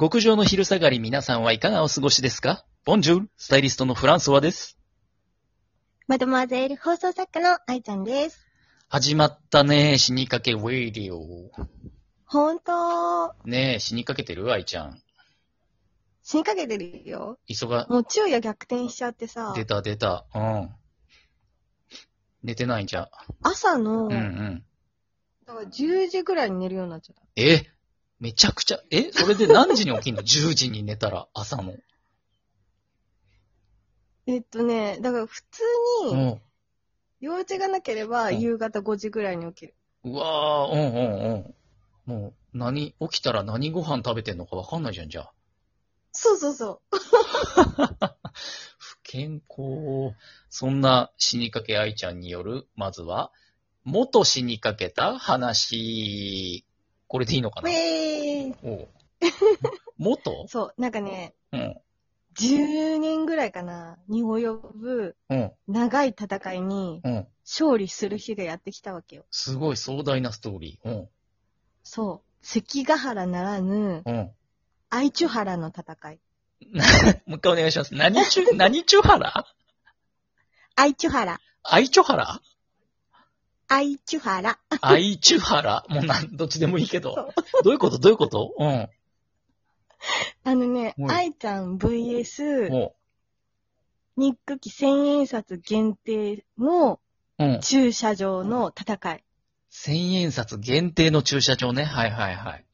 極上の昼下がり皆さんはいかがお過ごしですかボンジュール、スタイリストのフランソワです。マドマーゼール放送作家の愛ちゃんです。始まったね死にかけウェイリオ。ほんと、ねえ、死にかけてる愛ちゃん。死にかけてるよ。急が、もう昼夜逆転しちゃってさ、出た出た。うん。寝てないんじゃ。朝の、うんうん。だから10時ぐらいに寝るようになっちゃった。えめちゃくちゃ、えそれで何時に起きんの ?10 時に寝たら朝の。えっとね、だから普通うに、ん。用事がなければうん夕方5時ぐらいに起きる。うわー、うんうんうん。もう、何、起きたら何ご飯食べてんのかわかんないじゃん、じゃあ。そうそうそ不健康。そんな死にかけ愛ちゃんによる、まずは、元死にかけた話。これでいいのかう。ウなェーイおう 元そう、なんかね、うん。 10年ぐらいかな、に及ぶうん。長い戦いにうん。勝利する日がやってきたわけよ。すごい壮大なストーリー。うん。そう、関ヶ原ならぬ、うん。愛知原の戦い。もう一回お願いします。何 ちゅ、何ちゅ原愛知原、愛ちょ原愛知原。愛ちゅ原もうなん、どっちでもいいけそどう。どういうことどういうことうん。あのねう、ん愛ちゃん VS もニック記千円札限定のう。うん。駐車場の戦い。千円札限定の駐車場ね。はいはいはい。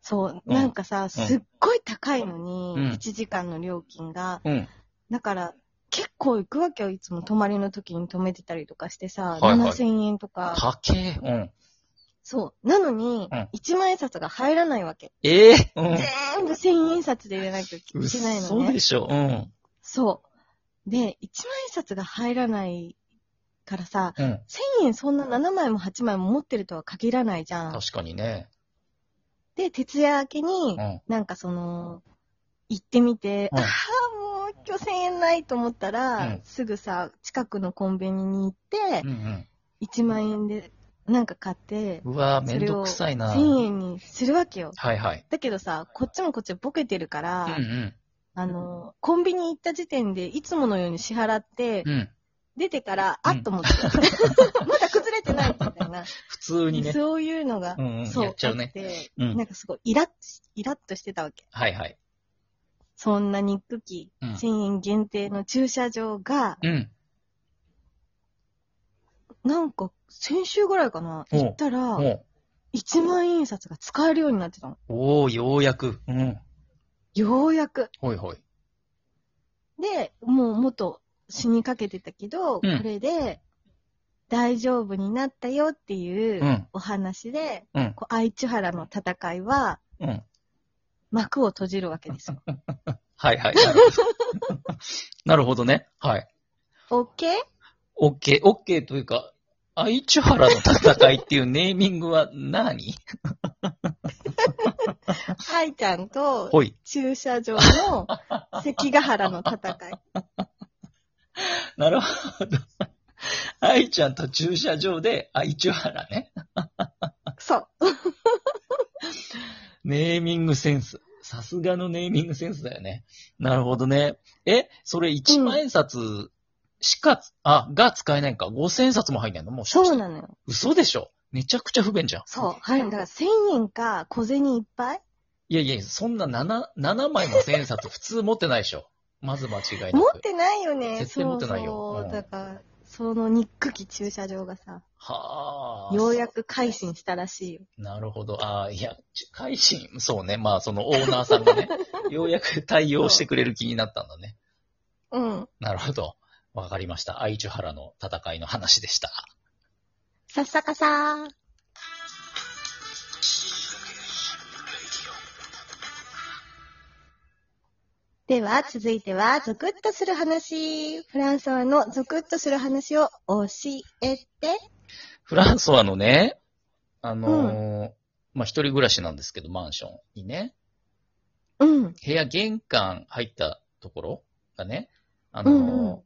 そう、うんなんかさ、すっごい高いのに、うん1時間の料金が。うん。だから、結構行くわけよ、いつも泊まりの時に泊めてたりとかしてさ、はいはい7000円とか。高え。 うん。そう。なのに、うん1万円札が入らないわけ。ええうん。全部1000円札で入れないといけないの嘘ねで。しょ。うん。そう。で、1万円札が入らないからさ、うん。 1000円そんな7枚も8枚も持ってるとは限らないじゃん。確かにね。で、徹夜明けにう、ん。なんかその、行ってみて、うんああ、もう今日1000円ないと思ったら、うんすぐさ、近くのコンビニに行ってうん、うん。 1万円でなんか買って、うわぁ、そめんれどをくさいな1000円にするわけよ。はいはい。だけどさ、こっちもこっちもボケてるかうら、んあの、コンビニ行った時点で、いつものように支払って、うん。うん。出てから、うんあっと思って、 まだ崩れてないみたいな。普通にね。そういうのがう、んうん。そう、やっちゃうあっね。て、うんなん。かすごいイラッとし、イラッとしてたわけ。はいはい。そんなニック機、うん1000円限定の駐車場が、うん。なんか先週ぐらいかな、おう行ったもら、う。 1万円札が使えるようになってたの。おー、ようやく。うん。ようやく。ほいほい。で、もうもっと死にかけてたけうど、ん。これで、大丈夫になったよっていううんお話で、うん。こう愛知原の戦いはうん。幕を閉じるわ けですよ。はいはい。 なるほどなるほどね。はい。オッケーオッケー、オッケーというか、愛知原の戦いっていうネーミングは何愛ちゃんとほい。駐車場の関ヶ原の戦い。 なるほど。愛ちゃんと駐車場で愛知原ね。そう。ネーミングセンス。さすがのネーミングセンスだよね。なるほどね。え、それ1万円札しか、あ、が使えないんか。5000円札も入んないのもうそうなのよ。嘘でしょ。めちゃくちゃ不便じゃん。そう。はい。だから1000円か小銭いっぱいいやいや、そんな7、7枚の千円札普通持ってないでしょ。まず間違いな持く。ってないよね。絶対持ってないよそうそううんだから、そのニック機駐車場がさ、はあ。ようやく改心したらしいよ。なるほど。ああ、いや、改心、そうね。まあ、そのオーナーさん がね、ようやく対応してくれる気になったんだね。うん。なるほど。わかりました。愛知原の戦いの話でした。さっさかさー。では、続いては、ゾクッとする話。フランソワのゾクッとする話を教えて。フランソワのね、あのーまあ、一人暮らしなんですけど、マンションにね、うん。部屋玄関入ったところがね、あのーうんう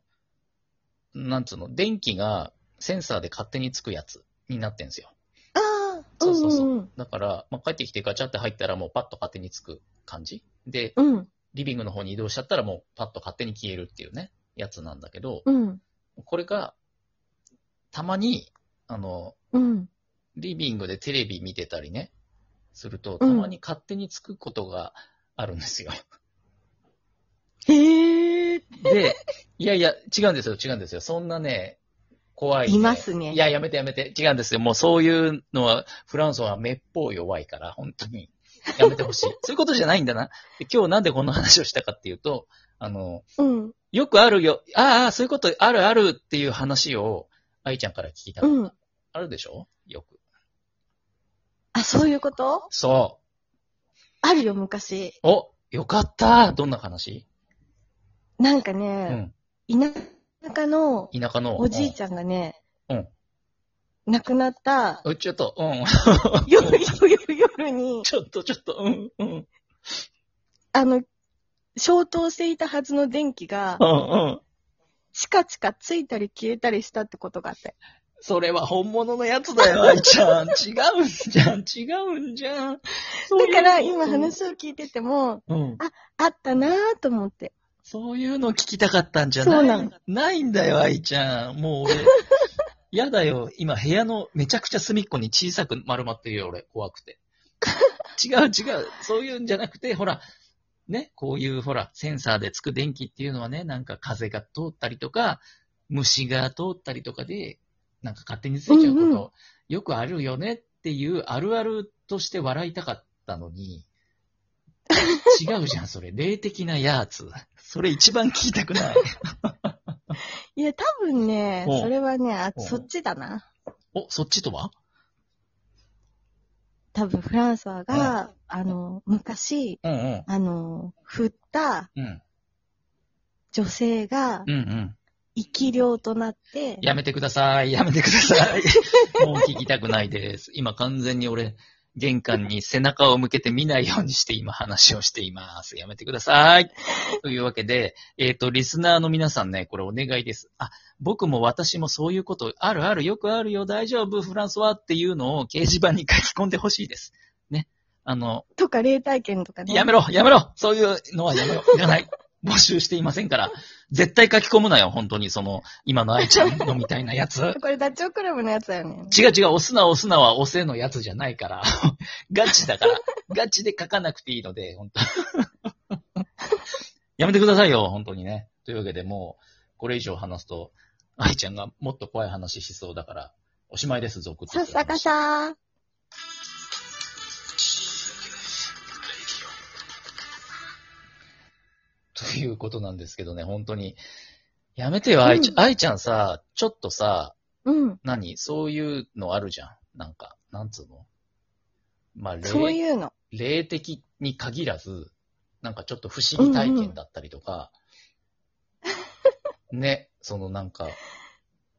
なんつうの、電気がセンサーで勝手につくやつになってんですよ。ああ。そうそうそう。うんだから、まあ、帰ってきてガチャって入ったらもうパッと勝手につく感じ。で、うんうん。リビングの方に移動しちゃったらもうパッと勝手に消えるっていうね、やつなんだけど、うん。これが、たまに、あの、うん。リビングでテレビ見てたりね、すると、うたんまに勝手につくことがあるん ですよ。へえ。で、いやいや、違うんですよ、違うんですよ。そんなね、怖い、いますねいや、やめてやめて。違うんですよ。もうそういうのは、フランソンはめっぽう弱いから、本当に。やめてほ しい。そういうことじゃないんだな。で今日なんでこの話をしたかっていうと、あの、うん。よくあるよ、ああ、そういうことあるあるっていう話を、愛ちゃんから聞いたの。うん。あるでしょよく。あ、そういうことそあるよ、昔。う。お、よかった。どんな話なんかうね、ん。田舎の田舎の。おじいゃちゃんがね、うん亡くなったん。うん、ちょっと、うん。 夜、夜、夜に、ちょっと、ちょっと、うん、うん。うん、あの、消灯していたはずの電気が、うん。チカチカついたり消えたりしたってことがあって。それは本物のやつ だよ、愛ちゃん。違うんじゃん、違うんじゃん。そういだうから今。話を聞いてても、うん。あったなぁと思って。そういうの聞きたかったんじゃないそうなのないんだよ、愛ちゃん。もう 俺。やだよ、今部屋のめちゃくちゃ隅っこに小さく丸まってるよ、俺。怖く て。違う違う。そういうんじゃなくて、ほら、ね、こういうほら、センサーでつく電気っていうのはね、なんか風が通ったりとか、虫が通ったりとかで、なんか勝手についちゃうこと、うんうよくあるよねっていうあるあるとして笑いたかったのに、違うじゃん、 それ。霊的なやつ。それ一番聞きたくない。いや、多分ねうん、それはね、あうんそっちだな。お、そっちとは多分フランソワが、あの、昔、うんうん。あの、振ったうん。女性がう、んうん。生き量となって、やめてください。やめてください。 もう聞きたくないです。今完全に俺、玄関に背中を向けて見ないようにして今話をしています。やめてくださ い。というわけで、えっ、と、リスナーの皆さんね、これお願いです。あ、僕も私もそういうこと、あるある、よくあるよ、大丈夫、フランスはっていうのを掲示板に書き込んでほしいです。ね。あの、とか霊体験とかね。やめろ、やめろそういうのはやめろ。いらない。募集していませんから。絶対書き込むなよ、本当に。その、今の愛ちゃんのみたいなやつ。これダチョウ倶楽部のやつだよね。違う違う、押すな押すなは押せのやつじゃないから。 ガチだから。ガチで書かなくていいので、本当 やめてくださいよ、本当にね。というわけでもう、これ以上話すと、愛ちゃんがもっと怖い話しそうだから、おしまいです、続さっさかさー。ということなんですけどね、本当に。やめてよ、愛ちゃん。愛ちゃんさ、ちょっとさ、うん。何そういうのあるじゃん。なんか、なんつうのまあ、霊そういうの。霊的に限らず、なんかちょっと不思議体験だったりとか、ね、そのなんか、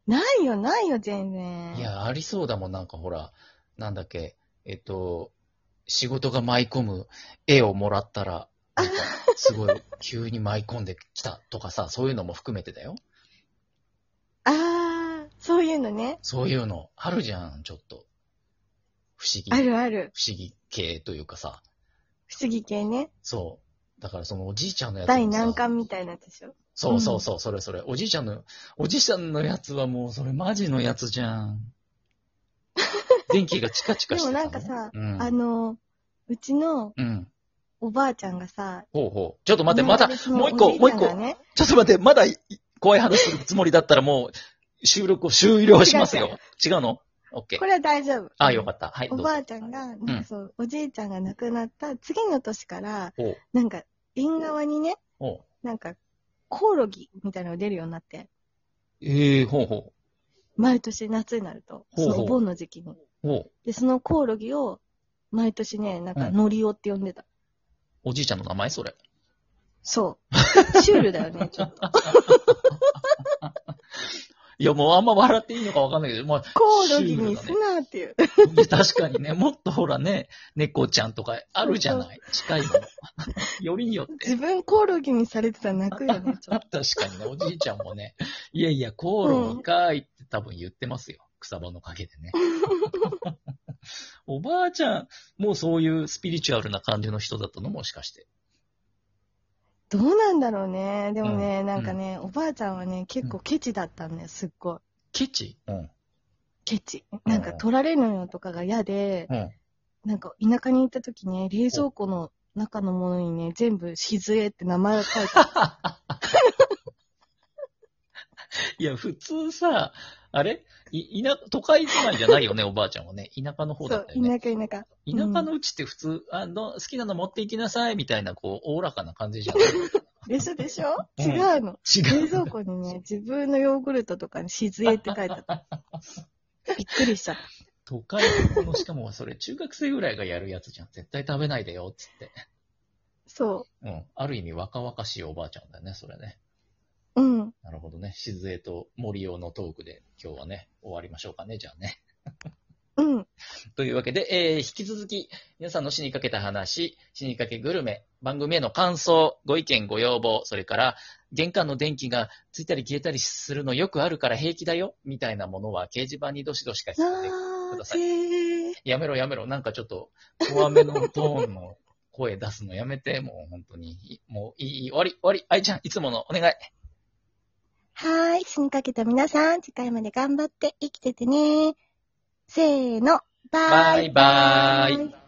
ないよ、ないよ、全然。いや、ありそうだもん、なんかほら、なんだっけ、えっと、仕事が舞い込む絵をもらったら、なんかすごい急に舞い込んできたとかさ、そういうのも含めてだよ。あー、そういうのね。そういうの、あるじゃん、ちょっと。不思議、あ不るある。思議系というかさ。不思議系ね。そう。だからそのおじいちゃんのやつもさ第何巻みたいなやつでしょ。そうそうそう、それそれ。おじいちゃんの、おじいちゃんのやつはもうそれマジのやつじゃ ん。電気がチカチカしてたのでもなんかさうん、あの、うちのうん。おばあちゃんがさ、ほうほう。ちょっと待って、まだ、もう一個、もう一個。ち個。ょっと待って、まだい怖い話するつもりだったらもう収録を終了しますよ。違うのオッケこー。れは大丈夫。あ、よかっった。はい、どうおぞば。あちゃんが、なんかそう、おじいちゃんが亡くなった次の年から、ほう。なんか、縁側にね、ほう。なんか、コオロギみたいなのが出るようになって、ええー、ほうほ毎年夏になると、ほうほそうのお盆の時期に。う。ほう。で、そのコオロギを、毎年ね、なんか、うんノリオって呼んでた。おじいちゃんの名前それ。 そう。シュールだよね、ちょっと。いや、もうあんま笑っていいのかわかんないけど、まあ、コオロギにすなっていう。いや確かにね、もっとほらね、猫ちゃんとかあるじゃない近いもの。 よりによって。自分コオロギにされてたら泣くよ ね、ちょっと。確かにね、おじいちゃんもね、いやいや、コオロギかーいって多分言ってますよ。草葉の陰で ね。おばあちゃん、もうそういうスピリチュアルな感じの人だったのもしかして。どうなんだろうね。でもね、うんなんかね、おばあちゃんはね、結構ケチだったんだよ、すっごい。ケチうん。ケチ。なんか取られるのとかが嫌で、うん。なんか田舎に行った時ね、冷蔵庫の中のものにね、全部しずえって名前を書いて、いや、普通さ、あれい、田、都会住まいじゃないよね、おばあちゃんはね。田舎の方そだっう、たよね。田舎田舎。田舎のうちって普通、あの、好きなの持っていきなさい、みたいな、こう、おおらかな感じじゃ ないでしょでしょうん違うの。違冷う。蔵庫にね、自分のヨーグルトとかにしずえって書いてあった。びっくりしちゃった。都会の、の、しかもそれ中学生ぐらいがやるやつじゃん。絶対食べないでよ、つって。そうん。ある意味若々しいおばあちゃんだよね、それね。う。うん。なるほどね。静江と森尾のトークで今日はね、終わりましょうかね、じゃあね。うん。というわけで、えー、引き続き、皆さんの死にかけた話、死にかけグルメ、番組への感想、ご意見、ご要望、それから、玄関の電気がついたり消えたりするのよくあるから平気だよ、みたいなものは掲示板にどしどし書いてなくだーさいぜー。やめろやめろ、なんかちょっと、怖めのトーンの声出すのやめて、もう本当に、もういい、いい終わり、終わり、愛ちゃん、いつものお願い。はーい。死にかけた皆さん、次回まで頑張って生きててね。せーの。バイバイバーイ。